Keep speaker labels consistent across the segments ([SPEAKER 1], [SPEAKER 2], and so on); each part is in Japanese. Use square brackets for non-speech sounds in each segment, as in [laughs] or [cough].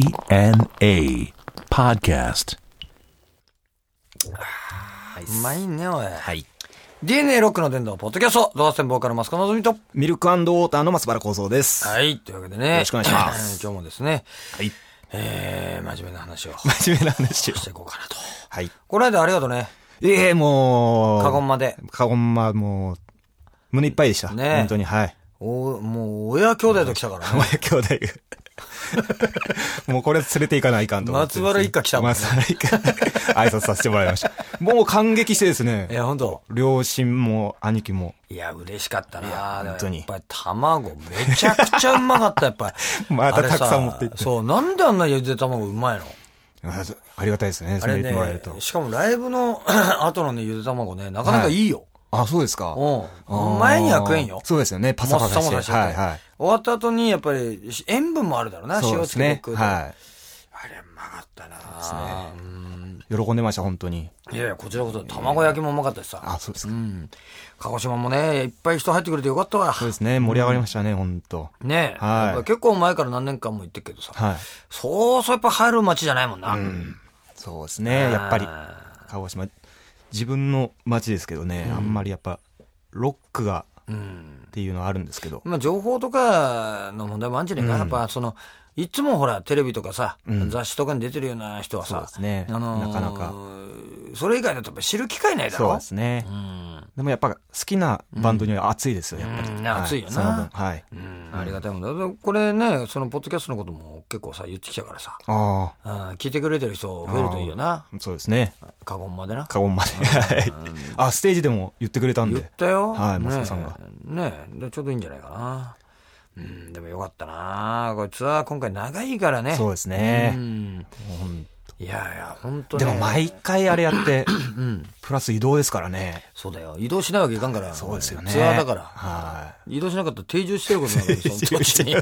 [SPEAKER 1] DNA Podcast.
[SPEAKER 2] うまいね、おい。
[SPEAKER 3] はい。
[SPEAKER 2] DNA ロックの伝道、ポッドキャスト、ドアステンボーカル、マスコのぞみと。
[SPEAKER 3] ミルクウォーターの松原幸三です。
[SPEAKER 2] はい、というわけでね。
[SPEAKER 3] よろしくお願いしま
[SPEAKER 2] [laughs]
[SPEAKER 3] す
[SPEAKER 2] 今日もですね、
[SPEAKER 3] はい。
[SPEAKER 2] えー、真面目な話をし
[SPEAKER 3] 真面目な話を。
[SPEAKER 2] ていこうかなと。
[SPEAKER 3] はい。
[SPEAKER 2] この間ありがとうね、
[SPEAKER 3] ええもう。
[SPEAKER 2] カゴンまで。
[SPEAKER 3] カゴンま、もう、胸いっぱいでした。
[SPEAKER 2] ねえ
[SPEAKER 3] 本当に、はい。
[SPEAKER 2] おもう、親兄弟と来たから
[SPEAKER 3] [laughs]
[SPEAKER 2] ね。
[SPEAKER 3] 親兄弟が。もうこれ連れていかないかんと思って。
[SPEAKER 2] 松原一家来たもんね
[SPEAKER 3] 松原一家。挨拶させてもらいました。もう感激してです
[SPEAKER 2] い
[SPEAKER 3] ね。
[SPEAKER 2] や、ほんと。
[SPEAKER 3] 両親も兄貴も。
[SPEAKER 2] いや、嬉しかったな
[SPEAKER 3] 本当に
[SPEAKER 2] やっぱり卵めちゃくちゃうまかった、やっぱり。
[SPEAKER 3] [laughs] また
[SPEAKER 2] あれ
[SPEAKER 3] たくさん持っていって
[SPEAKER 2] そう、なんであんなゆで卵うまいの
[SPEAKER 3] あありがたいですね。
[SPEAKER 2] あ
[SPEAKER 3] それ
[SPEAKER 2] れ
[SPEAKER 3] 言ってもらえる
[SPEAKER 2] ね
[SPEAKER 3] と、。
[SPEAKER 2] しかもライブの [clears throat] 後のね、ゆで卵ね、なかなかいいよ。
[SPEAKER 3] あ、そうですか。
[SPEAKER 2] うん。前には食えんよ。
[SPEAKER 3] そうですよね。パサパサして。
[SPEAKER 2] もっさもさて
[SPEAKER 3] はいはい。
[SPEAKER 2] 終わった後に、やっぱり、し塩分もあるだろうな、
[SPEAKER 3] そう
[SPEAKER 2] 塩
[SPEAKER 3] で
[SPEAKER 2] 漬
[SPEAKER 3] す
[SPEAKER 2] け
[SPEAKER 3] ね
[SPEAKER 2] で。食うと。
[SPEAKER 3] は
[SPEAKER 2] あれ、うまかったなうん
[SPEAKER 3] い。喜んでました、本当に。
[SPEAKER 2] いやいや、こちらこそ、卵焼きもうまかったしさ。
[SPEAKER 3] あ、そうです
[SPEAKER 2] う
[SPEAKER 3] か。
[SPEAKER 2] ん。鹿児島もね、いっぱい人入ってくれてよかったわ。
[SPEAKER 3] そうですね。盛り上がりましたね、本当
[SPEAKER 2] ねえ。
[SPEAKER 3] はい
[SPEAKER 2] やっぱ結構前から何年間も行ってるけどさ。
[SPEAKER 3] はい。
[SPEAKER 2] そうそうやっぱ入る街じゃないもんな。
[SPEAKER 3] そうですね、やっぱり。鹿児島、自分の街ですけどね、あんまりやっぱ、ロックが
[SPEAKER 2] うん。
[SPEAKER 3] っていうのはあるんですけど。
[SPEAKER 2] まあ、情報とかの問題もあるんじゃねえかな。やっぱ、その、いつもほら、テレビとかさ、雑誌とかに出てるような人は
[SPEAKER 3] そう
[SPEAKER 2] さ
[SPEAKER 3] で、すね。
[SPEAKER 2] あのー
[SPEAKER 3] なかなか。
[SPEAKER 2] それ以外だとやっぱ知る機会ないだろ
[SPEAKER 3] そうですね
[SPEAKER 2] う。ん。
[SPEAKER 3] でもやっぱ好きなバンドには熱いですよ、やっぱり。
[SPEAKER 2] うん
[SPEAKER 3] はい
[SPEAKER 2] 熱いよな
[SPEAKER 3] その分はい。
[SPEAKER 2] うん、ありがたいもんだ。でこれね、そのポッドキャストのことも結構さ、言ってきたからさ、
[SPEAKER 3] あ
[SPEAKER 2] うん、聞いてくれてる人増えるといいよな。
[SPEAKER 3] あ、そうですね。
[SPEAKER 2] 過言までな。
[SPEAKER 3] カゴンまで。 [laughs] はいあ、ステージでも言ってくれたん
[SPEAKER 2] 言っ
[SPEAKER 3] で。
[SPEAKER 2] たよ。
[SPEAKER 3] は
[SPEAKER 2] ねえ
[SPEAKER 3] いマスコさんが。
[SPEAKER 2] ねえ、でちょうどいいんじゃないかな。うん、でもよかったな。これツアー今回長いからね。
[SPEAKER 3] そうですね
[SPEAKER 2] う。ん。
[SPEAKER 3] ほん
[SPEAKER 2] いやいや、本当
[SPEAKER 3] で
[SPEAKER 2] ね。
[SPEAKER 3] も毎回あれやって、プラス移動ですからね。
[SPEAKER 2] そうだよ。移動しないわけいかんから。
[SPEAKER 3] そうですよね。
[SPEAKER 2] ツアーだから。
[SPEAKER 3] はい。
[SPEAKER 2] 移動しなかったら定住してることになる
[SPEAKER 3] [laughs]
[SPEAKER 2] よ、その土地に。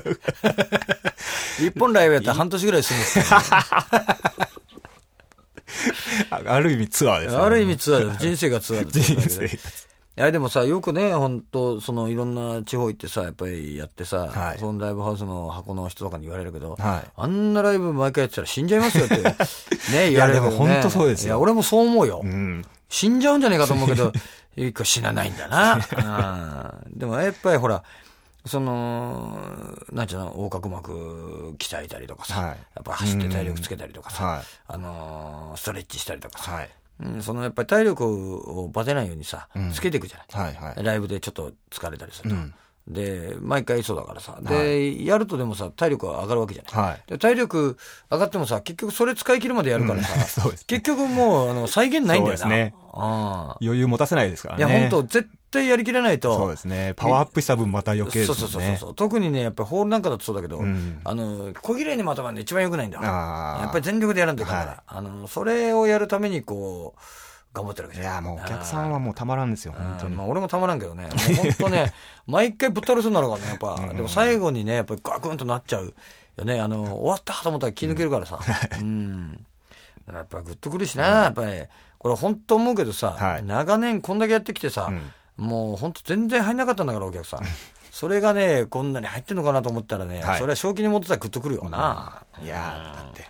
[SPEAKER 2] [laughs] 一本ライブやったら半年ぐらい住むんですよ
[SPEAKER 3] あある意味ツアーですよね
[SPEAKER 2] ある意味ツアーだよ。人生がツアーだってことだ
[SPEAKER 3] [laughs] 人
[SPEAKER 2] けど
[SPEAKER 3] 生。
[SPEAKER 2] いや、でもさ、よくね、本当その、いろんな地方行ってさ、やっぱりやってさ、
[SPEAKER 3] はい
[SPEAKER 2] そのライブハウスの箱の人とかに言われるけど、
[SPEAKER 3] はい
[SPEAKER 2] あんなライブ毎回やってたら死んじゃいますよって、ね、言われるけど、ね。
[SPEAKER 3] [laughs] いやでも本当そうですよ
[SPEAKER 2] いや、俺もそう思うよ。
[SPEAKER 3] うん。
[SPEAKER 2] 死んじゃうんじゃないかと思うけ
[SPEAKER 3] [laughs]
[SPEAKER 2] ど、一個死なないんだな。うんでもやっぱりほら、その、なんちゅうの、横隔膜鍛えたりとかさ、
[SPEAKER 3] はい
[SPEAKER 2] やっぱ走って体力つけたりとかさ、
[SPEAKER 3] はい
[SPEAKER 2] あのーストレッチしたりとかさ、
[SPEAKER 3] はい。
[SPEAKER 2] うん、そのやっぱり体力をバテないようにさ、つけていくじゃない、
[SPEAKER 3] はいはい。
[SPEAKER 2] ライブでちょっと疲れたりすると、で毎回そうだからさで、やるとでもさ体力は上がるわけじゃない、
[SPEAKER 3] はい。 [laughs]
[SPEAKER 2] で体力上がってもさ結局それ使い切るまでやるからさ、
[SPEAKER 3] そうですね
[SPEAKER 2] 結局もうあの再現ないんだよな
[SPEAKER 3] そうですね
[SPEAKER 2] ああ
[SPEAKER 3] 余裕持たせないですから
[SPEAKER 2] い
[SPEAKER 3] ね。
[SPEAKER 2] や、本当絶対やりきれないと
[SPEAKER 3] そうですね。パワーアップした分また余計です
[SPEAKER 2] そ
[SPEAKER 3] も
[SPEAKER 2] うんそうそう
[SPEAKER 3] ね。
[SPEAKER 2] そう。特にね、やっぱりホールなんかだとそうだけど、
[SPEAKER 3] ん
[SPEAKER 2] あの、小綺麗にまとまるの一番良くないんだよ。
[SPEAKER 3] あー
[SPEAKER 2] やっぱり全力でやらんといかんから、
[SPEAKER 3] はい
[SPEAKER 2] あの、それをやるためにこう、頑張ってるわけ
[SPEAKER 3] い
[SPEAKER 2] じゃん。
[SPEAKER 3] や、もうお客さんはもうたまらんですよ、本当
[SPEAKER 2] うん
[SPEAKER 3] に。
[SPEAKER 2] まあ、俺もたまらんけどね。もう本当 [laughs] ね、毎回ぶっ倒れそうになるからね、やっぱ。でも最後にね、やっぱりガクンとなっちゃうよね。あの、終わったと思ったら気抜けるからさ。うん。だからやっぱグッとくるしな、やっぱり。これ本当思うけどさ、
[SPEAKER 3] はい
[SPEAKER 2] 長年こんだけやってきてさ、もう本当全然入んなかったんだから、お客さん。それがね、こんなに入ってんのかなと思ったらね、
[SPEAKER 3] はい
[SPEAKER 2] それは正気に持ってたらグッとくるよな。
[SPEAKER 3] いや、だって、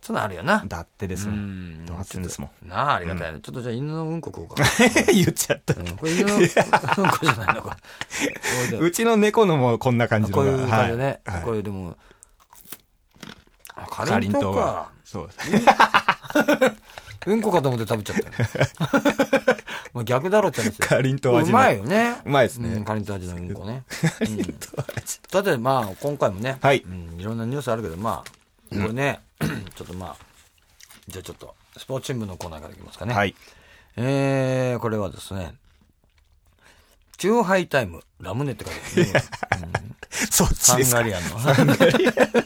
[SPEAKER 2] そんなのあるよな。
[SPEAKER 3] だってですも
[SPEAKER 2] うん
[SPEAKER 3] ん。どうなってんですもん。
[SPEAKER 2] なあ、ありがたいね、ちょっとじゃあ犬のうんこ食おうか。
[SPEAKER 3] [laughs] 言っちゃった。
[SPEAKER 2] これ犬のうんこじゃないの [laughs] か。
[SPEAKER 3] うちの猫のもこんな感じの
[SPEAKER 2] こう
[SPEAKER 3] が
[SPEAKER 2] いう感じでね。
[SPEAKER 3] はい
[SPEAKER 2] こ
[SPEAKER 3] は
[SPEAKER 2] れでも、あ
[SPEAKER 3] い
[SPEAKER 2] かりんとうか。
[SPEAKER 3] そうです。
[SPEAKER 2] うんこかと思って食べちゃった
[SPEAKER 3] [laughs]
[SPEAKER 2] よ。もう逆だろって話だよ
[SPEAKER 3] かりんとう味
[SPEAKER 2] う
[SPEAKER 3] の
[SPEAKER 2] まいよね。
[SPEAKER 3] うまいですね
[SPEAKER 2] うんかりんとう味のうんこ
[SPEAKER 3] [laughs]
[SPEAKER 2] ね。さて、まあ、今回もね、
[SPEAKER 3] はい
[SPEAKER 2] うんいろんなニュースあるけど、まあ、これね、ちょっとまあ、じゃあちょっと、スポーツ新聞のコーナーからいきますかね。
[SPEAKER 3] はい。
[SPEAKER 2] えー、これはですね、チューハイタイム、ラムネって書いてあるね。
[SPEAKER 3] [laughs] そっち
[SPEAKER 2] サ
[SPEAKER 3] で
[SPEAKER 2] ン
[SPEAKER 3] す
[SPEAKER 2] ガ
[SPEAKER 3] か。
[SPEAKER 2] リアンの。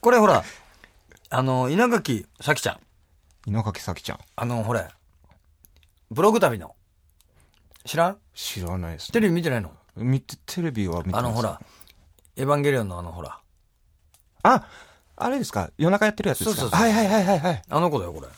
[SPEAKER 2] これほら、あの、稲垣咲ちゃん。
[SPEAKER 3] 稲垣咲ちゃん。
[SPEAKER 2] あの、ほれ、ブログ旅の。知らん
[SPEAKER 3] 知らないです
[SPEAKER 2] テ
[SPEAKER 3] ね。
[SPEAKER 2] レビ見てないの
[SPEAKER 3] 見て、テレビは見てます
[SPEAKER 2] あの、ほら、エヴァンゲリオンのあの、ほら。
[SPEAKER 3] あ、あれですか夜中やってるやつですか
[SPEAKER 2] そうそうそう
[SPEAKER 3] はいはいはいはいはい。
[SPEAKER 2] あの子だよ、これ。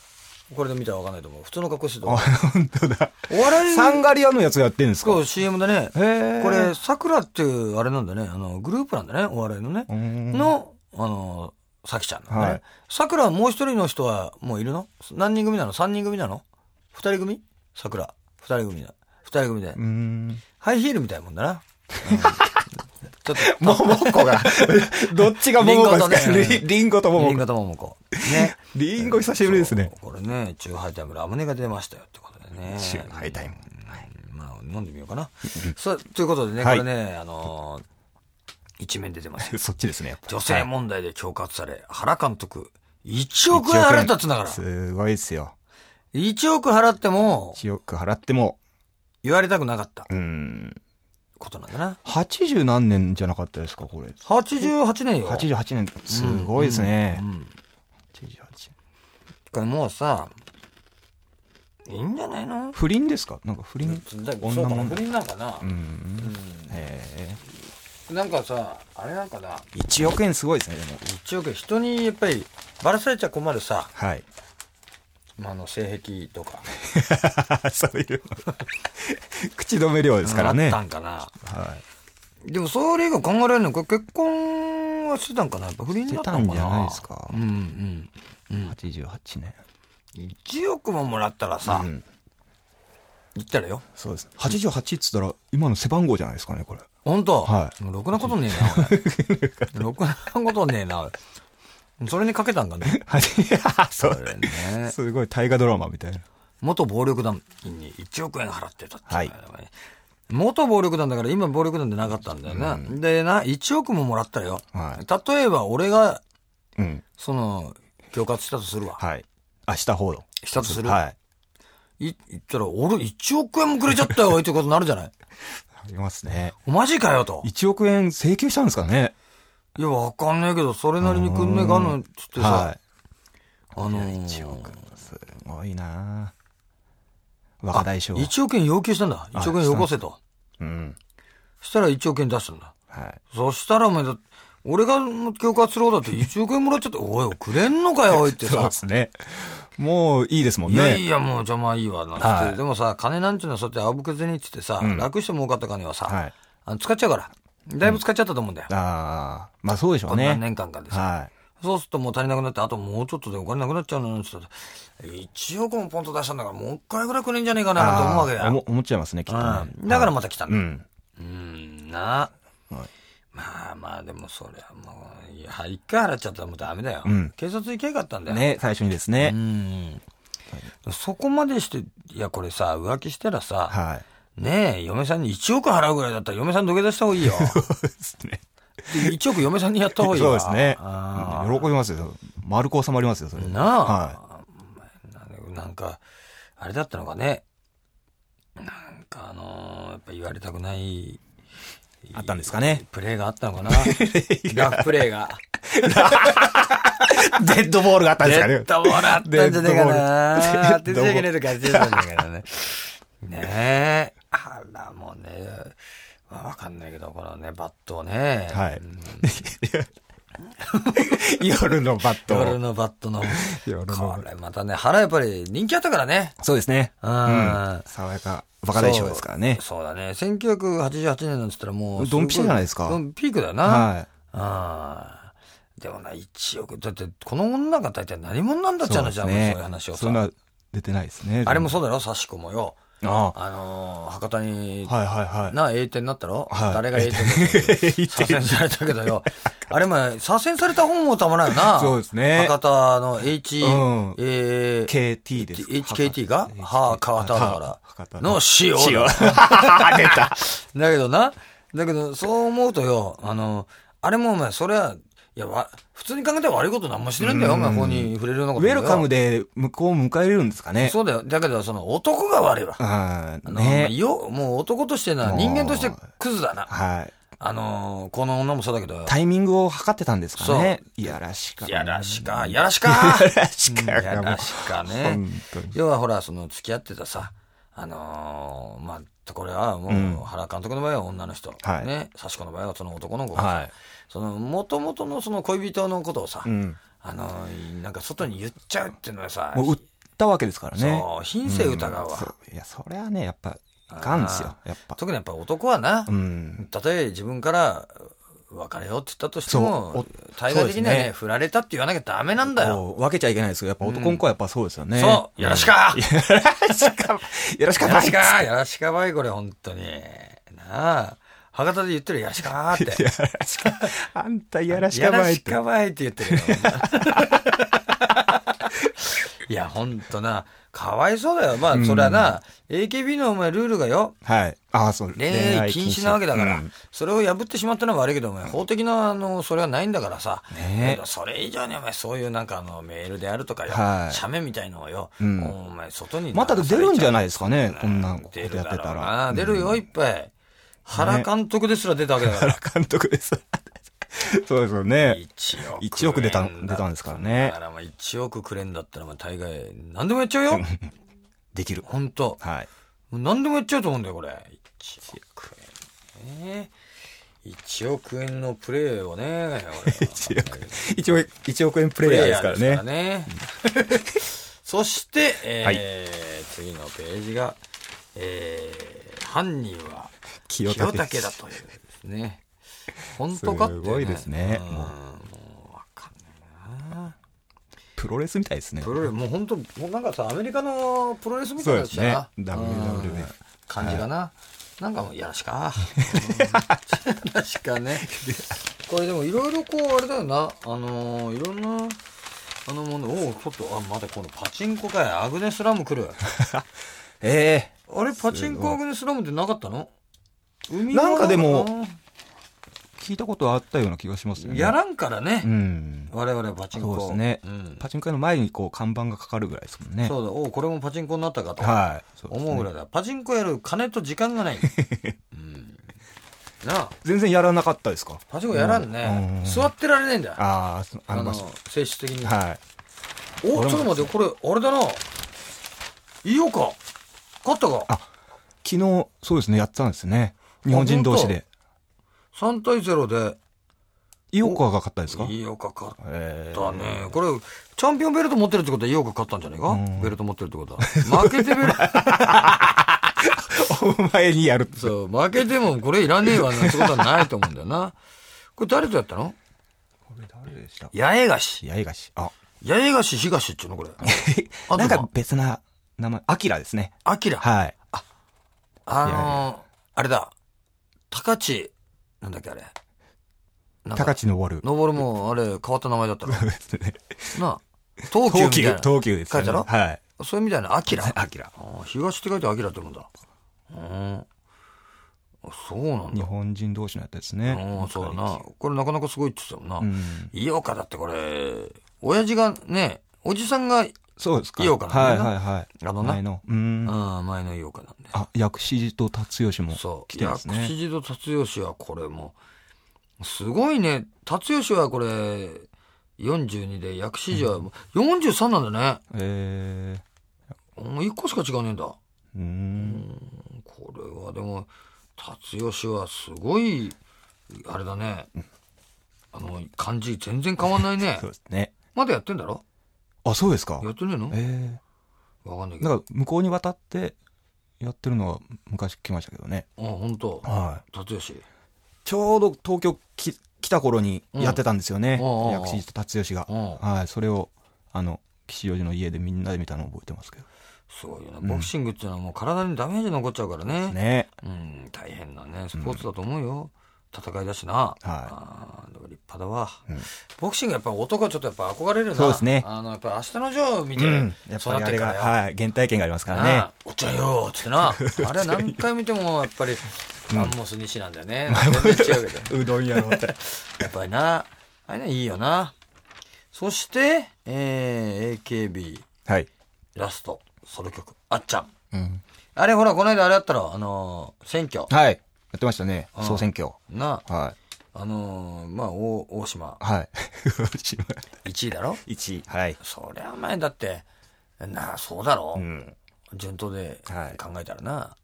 [SPEAKER 2] これで見たらわかんないと思う。普通の格好してたと
[SPEAKER 3] あ、
[SPEAKER 2] 思
[SPEAKER 3] 本当だ。
[SPEAKER 2] う。お笑い
[SPEAKER 3] サンガリアのやつやってるんですか
[SPEAKER 2] そう、CM だね。
[SPEAKER 3] へー
[SPEAKER 2] これ、桜っていう、あれなんだね。あの、グループなんだね、お笑いのね。
[SPEAKER 3] ん
[SPEAKER 2] の、あの、さきちゃんのね
[SPEAKER 3] はい
[SPEAKER 2] さくらはもう一人の人はもういるの何人組なの三人組なの二人組さくら二人組だ二人組で、
[SPEAKER 3] うーん。
[SPEAKER 2] ハイヒールみたいなもんだ
[SPEAKER 3] [laughs]
[SPEAKER 2] な、うんちょっと
[SPEAKER 3] 桃子が、どっちが桃子ですか
[SPEAKER 2] リンゴとね
[SPEAKER 3] リリンゴと
[SPEAKER 2] 新
[SPEAKER 3] [laughs] 桃子。
[SPEAKER 2] 潟桃子ね
[SPEAKER 3] リンゴ久しぶりですね。
[SPEAKER 2] そうこれね、チューハイタイム、ラムネが出ましたよってことでね。
[SPEAKER 3] チューハイタイム
[SPEAKER 2] うんまあ、飲んでみようかな。さあ、ということでね、こ
[SPEAKER 3] はい
[SPEAKER 2] れね、あのー一面出てますよ
[SPEAKER 3] そっちですね。やっぱ
[SPEAKER 2] 女性問題で恐喝され、原監督、1億円払ったっつうんだから。
[SPEAKER 3] すごいですよ。
[SPEAKER 2] 1億払っても、
[SPEAKER 3] 1億払っても、
[SPEAKER 2] 言われたくなかった
[SPEAKER 3] うん。
[SPEAKER 2] ことなんだな。
[SPEAKER 3] 80何年じゃなかったですか、これ。
[SPEAKER 2] 88年よ。
[SPEAKER 3] 88年。すごいですね
[SPEAKER 2] う。ん。
[SPEAKER 3] 88
[SPEAKER 2] これもうさ、いいんじゃないの
[SPEAKER 3] 不倫ですかなんか不倫
[SPEAKER 2] だそう
[SPEAKER 3] 女
[SPEAKER 2] かな、
[SPEAKER 3] 問
[SPEAKER 2] 不
[SPEAKER 3] 題。
[SPEAKER 2] 倫なんかな
[SPEAKER 3] う。ん。え
[SPEAKER 2] なんかさ、あれなんかな。
[SPEAKER 3] え。1億円すごいですね、でも。
[SPEAKER 2] 一応人にやっぱりバラされちゃ困るさ、
[SPEAKER 3] はい。
[SPEAKER 2] まあ、あの性癖とか
[SPEAKER 3] [laughs] そういう。口止め料ですから
[SPEAKER 2] あっ
[SPEAKER 3] ね。
[SPEAKER 2] た
[SPEAKER 3] は
[SPEAKER 2] んかな、
[SPEAKER 3] い。
[SPEAKER 2] でもそれが考えられるのか結婚はしてたんかなやっぱ不倫だったんかな
[SPEAKER 3] してたんじゃないですか
[SPEAKER 2] うんうん
[SPEAKER 3] 88年。
[SPEAKER 2] 1億ももらったらさ、
[SPEAKER 3] うん
[SPEAKER 2] 言ったらよ
[SPEAKER 3] そうです。88っつったら、今の背番号じゃないですかね、
[SPEAKER 2] [laughs]
[SPEAKER 3] これ。
[SPEAKER 2] 本当、
[SPEAKER 3] はい
[SPEAKER 2] もうろくなことねえな俺ろくなことねえな俺それにかけたんかね
[SPEAKER 3] そう
[SPEAKER 2] 俺ね
[SPEAKER 3] [laughs] すごい大河ドラマみたいな。
[SPEAKER 2] 元暴力団に1億円払ってたって、
[SPEAKER 3] はい
[SPEAKER 2] 元暴力団だから今暴力団でなかったんだよな、でな1億ももらったよ、
[SPEAKER 3] はい
[SPEAKER 2] 例えば俺が
[SPEAKER 3] うん。
[SPEAKER 2] その恐喝したとするわ、
[SPEAKER 3] はい。あ、した方の。
[SPEAKER 2] したとする
[SPEAKER 3] はい。
[SPEAKER 2] い、言ったら俺1億円もくれちゃったよってことになるじゃない
[SPEAKER 3] ありますね。
[SPEAKER 2] マジかよと
[SPEAKER 3] 1億円請求したんですかね。
[SPEAKER 2] いやわかんないけどそれなりにくんねえかんのっつってさ、
[SPEAKER 3] はい。
[SPEAKER 2] あのー
[SPEAKER 3] 1億。すごいな若大将。
[SPEAKER 2] 1億円要求したんだ1億円よこせと
[SPEAKER 3] うん。
[SPEAKER 2] したら1億円出したんだ
[SPEAKER 3] はい。
[SPEAKER 2] そしたらお前だ、俺が恐喝する方だ
[SPEAKER 3] [laughs]
[SPEAKER 2] って1億円もらっちゃって、おいおい、くれんのかよ、おいって
[SPEAKER 3] そう
[SPEAKER 2] さ
[SPEAKER 3] で。すね。もういいですもん
[SPEAKER 2] いやい
[SPEAKER 3] ね。
[SPEAKER 2] や、もう邪魔いいわ、なんつって、
[SPEAKER 3] はい
[SPEAKER 2] でもさ、金なんちゅうのはそうやってあぶけずにっつってさ、
[SPEAKER 3] うん
[SPEAKER 2] 楽して儲かった金はさ、
[SPEAKER 3] はい
[SPEAKER 2] あの使っちゃうから。だいぶ使っちゃったと思うんだよ。
[SPEAKER 3] ああ、まあそうでしょ
[SPEAKER 2] こ
[SPEAKER 3] う
[SPEAKER 2] の
[SPEAKER 3] ね。
[SPEAKER 2] 何年間かでさ。
[SPEAKER 3] はい。
[SPEAKER 2] そうするともう足りなくなって、あともうちょっとでお金なくなっちゃうのなんつってたら、1億もポンと出したんだから、もう一回ぐらいくれんじゃねえかな、と思うわけだ
[SPEAKER 3] あー
[SPEAKER 2] よ。
[SPEAKER 3] 思思っちゃいますね、きっとね。
[SPEAKER 2] うんだからまた来たん
[SPEAKER 3] う
[SPEAKER 2] だ。
[SPEAKER 3] ん。
[SPEAKER 2] うーん、な。まあまあ、でもそれはもう、いや、一回払っちゃったらもうダメだよ。
[SPEAKER 3] うん
[SPEAKER 2] 警察行けなかったんだよ。
[SPEAKER 3] ね、最初にです
[SPEAKER 2] う
[SPEAKER 3] ね。
[SPEAKER 2] ん。そこまでして、いや、これさ、浮気したらさ、
[SPEAKER 3] はい。
[SPEAKER 2] ねえ、嫁さんに1億払うぐらいだったら嫁さん土下座した方が
[SPEAKER 3] [laughs]
[SPEAKER 2] いいよ。
[SPEAKER 3] そうですね。
[SPEAKER 2] で1億嫁さんにやった方がいい
[SPEAKER 3] そう
[SPEAKER 2] わ
[SPEAKER 3] ですね。
[SPEAKER 2] あ
[SPEAKER 3] うん喜びますよ。丸く収まりますよ、それ。
[SPEAKER 2] ーなあ、
[SPEAKER 3] は
[SPEAKER 2] お前なんか、あれだったのかね。なんかあのーやっぱ言われたくない。
[SPEAKER 3] あったんですかね。
[SPEAKER 2] プレーがあったのかな。ラフプレーが。
[SPEAKER 3] い。デッドボールがあったんですかね。
[SPEAKER 2] デッドボールあったんじゃねえかな。当
[SPEAKER 3] デ
[SPEAKER 2] てち
[SPEAKER 3] ッドボー
[SPEAKER 2] ゃい
[SPEAKER 3] ル
[SPEAKER 2] けないとか当てちゃいけないんだけどね。ねえ。あら、もうね。まあわかんないけど、このね、バットをね。
[SPEAKER 3] はい。 [laughs] 夜のバッ
[SPEAKER 2] ドル
[SPEAKER 3] ト。
[SPEAKER 2] のバットの。
[SPEAKER 3] 夜の
[SPEAKER 2] これまたね、腹やっぱり人気あったからね。
[SPEAKER 3] そうですね。
[SPEAKER 2] う
[SPEAKER 3] うん
[SPEAKER 2] ん。。
[SPEAKER 3] 爽やか、バカ大将ですからね。
[SPEAKER 2] そうだね。1988年なんつったらもう。
[SPEAKER 3] ドンピシャじゃないですか
[SPEAKER 2] ドンピークだよな。
[SPEAKER 3] は
[SPEAKER 2] うん。でもな、1億。だって、この女が大体何者なんだっ
[SPEAKER 3] い。
[SPEAKER 2] ちゃうのじゃん、そういう話を
[SPEAKER 3] そん
[SPEAKER 2] さ。
[SPEAKER 3] な出てないですね。
[SPEAKER 2] あれもそうだろ、サシコもよ。
[SPEAKER 3] あ
[SPEAKER 2] あのー、博多に
[SPEAKER 3] あ。はいはいはい。
[SPEAKER 2] な、栄転になったろ、
[SPEAKER 3] はい
[SPEAKER 2] 誰が栄転だったの [laughs] 左遷されたけどよ。あれも、左遷された本もたまらんよな。
[SPEAKER 3] そうですね
[SPEAKER 2] 博多の H、
[SPEAKER 3] うん
[SPEAKER 2] えー、
[SPEAKER 3] KT です。
[SPEAKER 2] HKT が
[SPEAKER 3] 博多
[SPEAKER 2] はあ、川田だ
[SPEAKER 3] はあ
[SPEAKER 2] か
[SPEAKER 3] 博
[SPEAKER 2] ら。
[SPEAKER 3] 多
[SPEAKER 2] の塩だ。
[SPEAKER 3] 塩出た。
[SPEAKER 2] だけどな、だけど、そう思うとよ、あの、あれもお前、それは、いや、わ、普通に考えたら悪いことなんもしてないんだよ、お前、法に触れるようなこ
[SPEAKER 3] ウ
[SPEAKER 2] とだ
[SPEAKER 3] ェ
[SPEAKER 2] よ。
[SPEAKER 3] ルカムで向こうを迎えれるんですかね。
[SPEAKER 2] そうだよ。だけど、その、男が悪いわ。
[SPEAKER 3] あ
[SPEAKER 2] あ
[SPEAKER 3] あ、
[SPEAKER 2] の、
[SPEAKER 3] ね。
[SPEAKER 2] よ、もう男としてな、
[SPEAKER 3] もう
[SPEAKER 2] 人間としてクズだな。
[SPEAKER 3] はい。
[SPEAKER 2] あのーこの女もそうだけど、
[SPEAKER 3] タイミングを測ってたんですかね。いやらしか。
[SPEAKER 2] やら
[SPEAKER 3] し
[SPEAKER 2] しか、やらしか、
[SPEAKER 3] やらしか。
[SPEAKER 2] やらしかね
[SPEAKER 3] 本当に。
[SPEAKER 2] 要はほら、その、付き合ってたさ、あのーまあ、これはもう、原監督の場合は女の人、
[SPEAKER 3] はい
[SPEAKER 2] ね、幸子の場合はその男の子がさ、
[SPEAKER 3] はい。
[SPEAKER 2] その、元々のその恋人のことをさ、
[SPEAKER 3] うん。
[SPEAKER 2] あのーなんか外に言っちゃうっていうのはさ、
[SPEAKER 3] もう売ったわけですからね。
[SPEAKER 2] そう、品性疑うわ。
[SPEAKER 3] そういや、それはね、やっぱ、いかんですよ。やっぱ。
[SPEAKER 2] 特にやっぱ男はな、
[SPEAKER 3] うん。
[SPEAKER 2] たとえ自分から別れようって言ったとして
[SPEAKER 3] そう
[SPEAKER 2] も
[SPEAKER 3] お、
[SPEAKER 2] 対外的には
[SPEAKER 3] そうです
[SPEAKER 2] ね、
[SPEAKER 3] ね
[SPEAKER 2] 振られたって言わなきゃダメなんだよ。
[SPEAKER 3] こう分けちゃいけないですけど、やっぱ男の子はやっぱそうですよね。
[SPEAKER 2] そう、よろしく
[SPEAKER 3] [laughs] よろしく
[SPEAKER 2] やらしかやらしかばい、これ、本当に。なあ。博多で言ってるやらしかーって。
[SPEAKER 3] [laughs] あんたやらし
[SPEAKER 2] や
[SPEAKER 3] かば
[SPEAKER 2] ら
[SPEAKER 3] いっ。
[SPEAKER 2] してかばいって言ってるよ。 [laughs] いや、ほんとな。かわいそうだよ。まあ、そりゃな、AKB のお前ルールがよ、
[SPEAKER 3] はい。ああ、そう。
[SPEAKER 2] 恋愛禁止なわけだから、
[SPEAKER 3] うん
[SPEAKER 2] それを破ってしまったのは悪いけど、お前、法的な、あの、それはないんだからさ、
[SPEAKER 3] ねえ
[SPEAKER 2] だけどそれ以上に、お前、そういうなんか、あの、メールであるとかよ、
[SPEAKER 3] はい
[SPEAKER 2] 写メみたいのをよ、
[SPEAKER 3] うん
[SPEAKER 2] お前、外に流されちゃう。
[SPEAKER 3] また出るんじゃないですかね、こんなこと
[SPEAKER 2] 出
[SPEAKER 3] やっ
[SPEAKER 2] るだ
[SPEAKER 3] てた
[SPEAKER 2] ろう
[SPEAKER 3] ら
[SPEAKER 2] な。出るよ、いっぱい。原監督ですら出たわけだから。
[SPEAKER 3] 原監督です。 [laughs] そうですよね。
[SPEAKER 2] 1億
[SPEAKER 3] 1億出た出たんですからね
[SPEAKER 2] だからまあ1億くれんだったら、まあ大概、何でもやっちゃうよ。
[SPEAKER 3] [laughs] できる。
[SPEAKER 2] ほんと。
[SPEAKER 3] はい。
[SPEAKER 2] 何でもやっちゃうと思うんだよ、これ。1億円ね。1億円のプレーをね、
[SPEAKER 3] 1億、1億1億円 [laughs] プレイヤーですからね。
[SPEAKER 2] ね。
[SPEAKER 3] [laughs]
[SPEAKER 2] そして、えー次のページが、えー犯人は
[SPEAKER 3] 清
[SPEAKER 2] 清
[SPEAKER 3] 武
[SPEAKER 2] 武
[SPEAKER 3] で
[SPEAKER 2] だ
[SPEAKER 3] す
[SPEAKER 2] というですね。本当かって、ね。
[SPEAKER 3] すごいですね
[SPEAKER 2] うん
[SPEAKER 3] も
[SPEAKER 2] も
[SPEAKER 3] う
[SPEAKER 2] うわかんないな。
[SPEAKER 3] プロレスみたいですね。
[SPEAKER 2] プロレス、もう本当、もうなんかさ、アメリカのプロレスみた
[SPEAKER 3] そ
[SPEAKER 2] いうな
[SPEAKER 3] で
[SPEAKER 2] やつ
[SPEAKER 3] す
[SPEAKER 2] だな。。
[SPEAKER 3] ね
[SPEAKER 2] うん
[SPEAKER 3] WWF。
[SPEAKER 2] 感じかな。なんかもう、やらし
[SPEAKER 3] [laughs]
[SPEAKER 2] か。うん確かね。これでも、いろいろこう、あれだよな。あのー、いろんな、あのもの、おお、ちょっと、あ、待って、このパチンコかよアグネスラム来る。
[SPEAKER 3] [laughs] ええ
[SPEAKER 2] あれ、パチンコアグネスラムってなかったの海
[SPEAKER 3] なんかでも
[SPEAKER 2] 側か
[SPEAKER 3] 聞いたことあったような気がしますよ
[SPEAKER 2] な
[SPEAKER 3] ね。
[SPEAKER 2] やらんからね。
[SPEAKER 3] うん。
[SPEAKER 2] 我々はパチンコ。
[SPEAKER 3] そうですね
[SPEAKER 2] うん。
[SPEAKER 3] パチンコ屋の前にこう看板がかかるぐらいですもんね。
[SPEAKER 2] そうだ、おうこれもパチンコになったかと。
[SPEAKER 3] はい。そですね
[SPEAKER 2] 思うぐらいだ。パチンコやる金と時間が
[SPEAKER 3] [laughs]
[SPEAKER 2] ない。うん。なあ、
[SPEAKER 3] 全然やらなかったですか
[SPEAKER 2] パチンコやらん
[SPEAKER 3] うん
[SPEAKER 2] ね
[SPEAKER 3] う。ん
[SPEAKER 2] 座ってられねえんだよ。
[SPEAKER 3] ああ、あ
[SPEAKER 2] あ
[SPEAKER 3] の場
[SPEAKER 2] の
[SPEAKER 3] 所。、
[SPEAKER 2] 性質的に。
[SPEAKER 3] はい。
[SPEAKER 2] お、
[SPEAKER 3] 俺も
[SPEAKER 2] ちょっと待って、これ、あれだな。いようか。勝ったか。
[SPEAKER 3] あ昨日、そうですね、やったんですね。日本人同士で。
[SPEAKER 2] 3対0で。
[SPEAKER 3] 井岡が勝ったんですか
[SPEAKER 2] いようか勝っ
[SPEAKER 3] え
[SPEAKER 2] たね。これ、チャンピオンベルト持ってるってことは、いようか勝ったんじゃねえか
[SPEAKER 3] うん
[SPEAKER 2] ベルト持ってるってことは。負けてベ
[SPEAKER 3] [laughs]
[SPEAKER 2] ルト。
[SPEAKER 3] お前にやる。
[SPEAKER 2] そう、負けてもこれいらねえわなんてことはないと思うんだよな。これ誰とやったの
[SPEAKER 3] これ誰でした
[SPEAKER 2] 八重樫。
[SPEAKER 3] 八重樫。
[SPEAKER 2] [laughs]
[SPEAKER 3] あ。
[SPEAKER 2] 八重樫東っていうのこれ。あ
[SPEAKER 3] なん
[SPEAKER 2] どう
[SPEAKER 3] か
[SPEAKER 2] ぞ
[SPEAKER 3] 別な名前。アキラですね。
[SPEAKER 2] アキラ。
[SPEAKER 3] はい。
[SPEAKER 2] あのー、あれだ。高地、なんだっけあれ。なんか
[SPEAKER 3] 高知のボ [laughs] ル。
[SPEAKER 2] 登るも、あれ、変わった名前だ
[SPEAKER 3] [laughs]
[SPEAKER 2] ったの。
[SPEAKER 3] そうですね。
[SPEAKER 2] なあ。東急
[SPEAKER 3] 東
[SPEAKER 2] みたい
[SPEAKER 3] 急
[SPEAKER 2] な。、
[SPEAKER 3] 東急ですよね。
[SPEAKER 2] 書いた
[SPEAKER 3] はい。
[SPEAKER 2] ろそれみたいな、ア
[SPEAKER 3] [laughs]
[SPEAKER 2] キラ。あ
[SPEAKER 3] アキラ。
[SPEAKER 2] ー東って書いてアキラって言うんだ。うん。そうなん
[SPEAKER 3] 日
[SPEAKER 2] だ。
[SPEAKER 3] 本人同士のやつですね。
[SPEAKER 2] うん、そうだな。これなかなかすごいって言ってたも
[SPEAKER 3] うん
[SPEAKER 2] な。
[SPEAKER 3] ん。
[SPEAKER 2] 井岡だってこれ、親父がね、おじさんが、
[SPEAKER 3] そうですか。
[SPEAKER 2] 井岡
[SPEAKER 3] は
[SPEAKER 2] なん
[SPEAKER 3] い
[SPEAKER 2] だよな
[SPEAKER 3] はいはい。
[SPEAKER 2] あのな
[SPEAKER 3] 前の。うん。
[SPEAKER 2] ああ、前の井岡なんで。
[SPEAKER 3] あ、薬師寺と辰吉も
[SPEAKER 2] そう。
[SPEAKER 3] 来てます
[SPEAKER 2] 薬
[SPEAKER 3] ね。
[SPEAKER 2] 師寺と辰吉はこれもう、すごいね。辰吉はこれ、42で、薬師寺はもう43なんだ
[SPEAKER 3] え
[SPEAKER 2] ね。もう1個しか違うねえんだ。
[SPEAKER 3] ー。うーん。
[SPEAKER 2] これはでも、辰吉はすごい、あれだね。あの、漢字全然変わんないね
[SPEAKER 3] [laughs] そう。ですね。
[SPEAKER 2] まだやってんだろ
[SPEAKER 3] あ、そうですか
[SPEAKER 2] や。ってねえの
[SPEAKER 3] え
[SPEAKER 2] わかんない
[SPEAKER 3] ー。
[SPEAKER 2] けど。
[SPEAKER 3] な
[SPEAKER 2] あ、
[SPEAKER 3] んか向こうに渡ってやってるのは昔来ましたけどね。
[SPEAKER 2] ほんと。
[SPEAKER 3] はい。
[SPEAKER 2] 辰吉。
[SPEAKER 3] ちょうど東京き来た頃にやってたんですよね、
[SPEAKER 2] うんうんうんうん
[SPEAKER 3] 薬師寺と辰吉が、
[SPEAKER 2] うん
[SPEAKER 3] はい、それをあの岸洋寺の家でみんなで見たのを覚えてますけど
[SPEAKER 2] すごいよね。ボクシングっていうのはもう体にダメージ残っちゃうからね。
[SPEAKER 3] ね
[SPEAKER 2] うん、大変なね、スポーツだと思うよ。戦いだしな。あーでも立派だわ。ボクシングやっぱ男はちょっとやっぱ憧れるな。
[SPEAKER 3] そうですね
[SPEAKER 2] あの、やっぱ明日のジョー見て、
[SPEAKER 3] うんやっ
[SPEAKER 2] 育
[SPEAKER 3] ぱり
[SPEAKER 2] っ
[SPEAKER 3] あ
[SPEAKER 2] て
[SPEAKER 3] れ
[SPEAKER 2] る
[SPEAKER 3] が、
[SPEAKER 2] からよ。
[SPEAKER 3] はい、原体験がありますから
[SPEAKER 2] な
[SPEAKER 3] ね
[SPEAKER 2] あおっちゃんよーっつってな。
[SPEAKER 3] [laughs]
[SPEAKER 2] あれ何回見てもやっぱり、マンモス西なんだよ
[SPEAKER 3] [laughs]
[SPEAKER 2] ね。全然違うけど。
[SPEAKER 3] うどん屋のって
[SPEAKER 2] やっぱりな。あれね、いいよな。そして、えー、AKB、
[SPEAKER 3] はい、
[SPEAKER 2] ラスト、ソロ曲、あっちゃん。
[SPEAKER 3] うん、
[SPEAKER 2] あれほら、この間あれあったろ、あのー選挙。
[SPEAKER 3] はいやってましたね
[SPEAKER 2] うん
[SPEAKER 3] 総選挙
[SPEAKER 2] なあ、
[SPEAKER 3] はい
[SPEAKER 2] あのーまあ、大大島、
[SPEAKER 3] はい [laughs]
[SPEAKER 2] 1位だろ
[SPEAKER 3] 1位はい
[SPEAKER 2] そりゃお前だって、なあ、そうだろ、
[SPEAKER 3] うん
[SPEAKER 2] 順当で
[SPEAKER 3] はい
[SPEAKER 2] 考えたらな。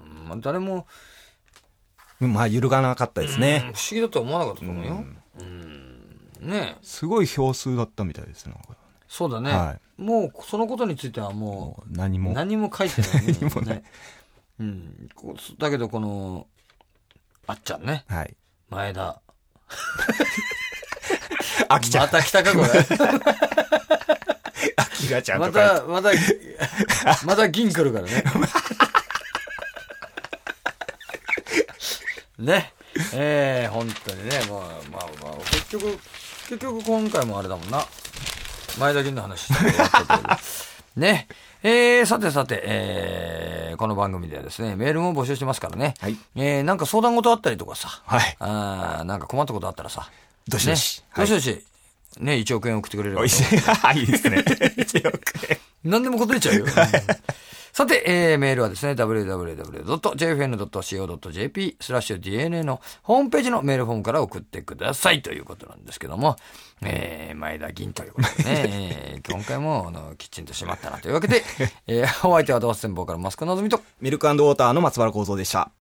[SPEAKER 2] うんまあ、誰も、
[SPEAKER 3] まあ揺るがなかったです
[SPEAKER 2] うん不
[SPEAKER 3] ね
[SPEAKER 2] 思議だとは思わなかったと思うよ。うん。ねえ、
[SPEAKER 3] すごい票数だったみたいですねなんか
[SPEAKER 2] そうだね。
[SPEAKER 3] は
[SPEAKER 2] もう、そのことについてはも
[SPEAKER 3] もう何
[SPEAKER 2] う、
[SPEAKER 3] も
[SPEAKER 2] 何も書いてない、ね。
[SPEAKER 3] [laughs] 何もない
[SPEAKER 2] ねうん。こうだけど、この、あっちゃんね、
[SPEAKER 3] はい
[SPEAKER 2] 前田、
[SPEAKER 3] 飽きちゃ
[SPEAKER 2] ま
[SPEAKER 3] う。
[SPEAKER 2] た来たか、これ。
[SPEAKER 3] 飽きがちゃん
[SPEAKER 2] ま
[SPEAKER 3] とか
[SPEAKER 2] た、また、
[SPEAKER 3] [laughs]
[SPEAKER 2] また銀来るからね。ね。ええ本当にね。まあまあまあ、結局、結局今回もあれだもんな。前田銀の話して終わった
[SPEAKER 3] [laughs]
[SPEAKER 2] けどね。えー、さてさて、えー、この番組ではですね、メールも募集してますからね。
[SPEAKER 3] はい
[SPEAKER 2] えー、なんか相談事あったりとかさ。
[SPEAKER 3] はい
[SPEAKER 2] あーなんか困ったことあったらさ。
[SPEAKER 3] どしどし
[SPEAKER 2] ね
[SPEAKER 3] はい
[SPEAKER 2] どしどし。ね、1億円送ってくれれば
[SPEAKER 3] おい。しい。 [laughs] はい、いいですね。1億 [laughs] 円。
[SPEAKER 2] 何でも答えちゃうよ。さて、えーメールはですね、www.jfn.co.jp スラッシュ DNA のホームページのメールフォームから送ってくださいということなんですけども、えー前田銀ということでね、えー今回もあのきちんとしまったなというわけで、えーお相手はドアステンボーカルマスクのぞみと、
[SPEAKER 3] ミルクウォーターの松原幸三でした。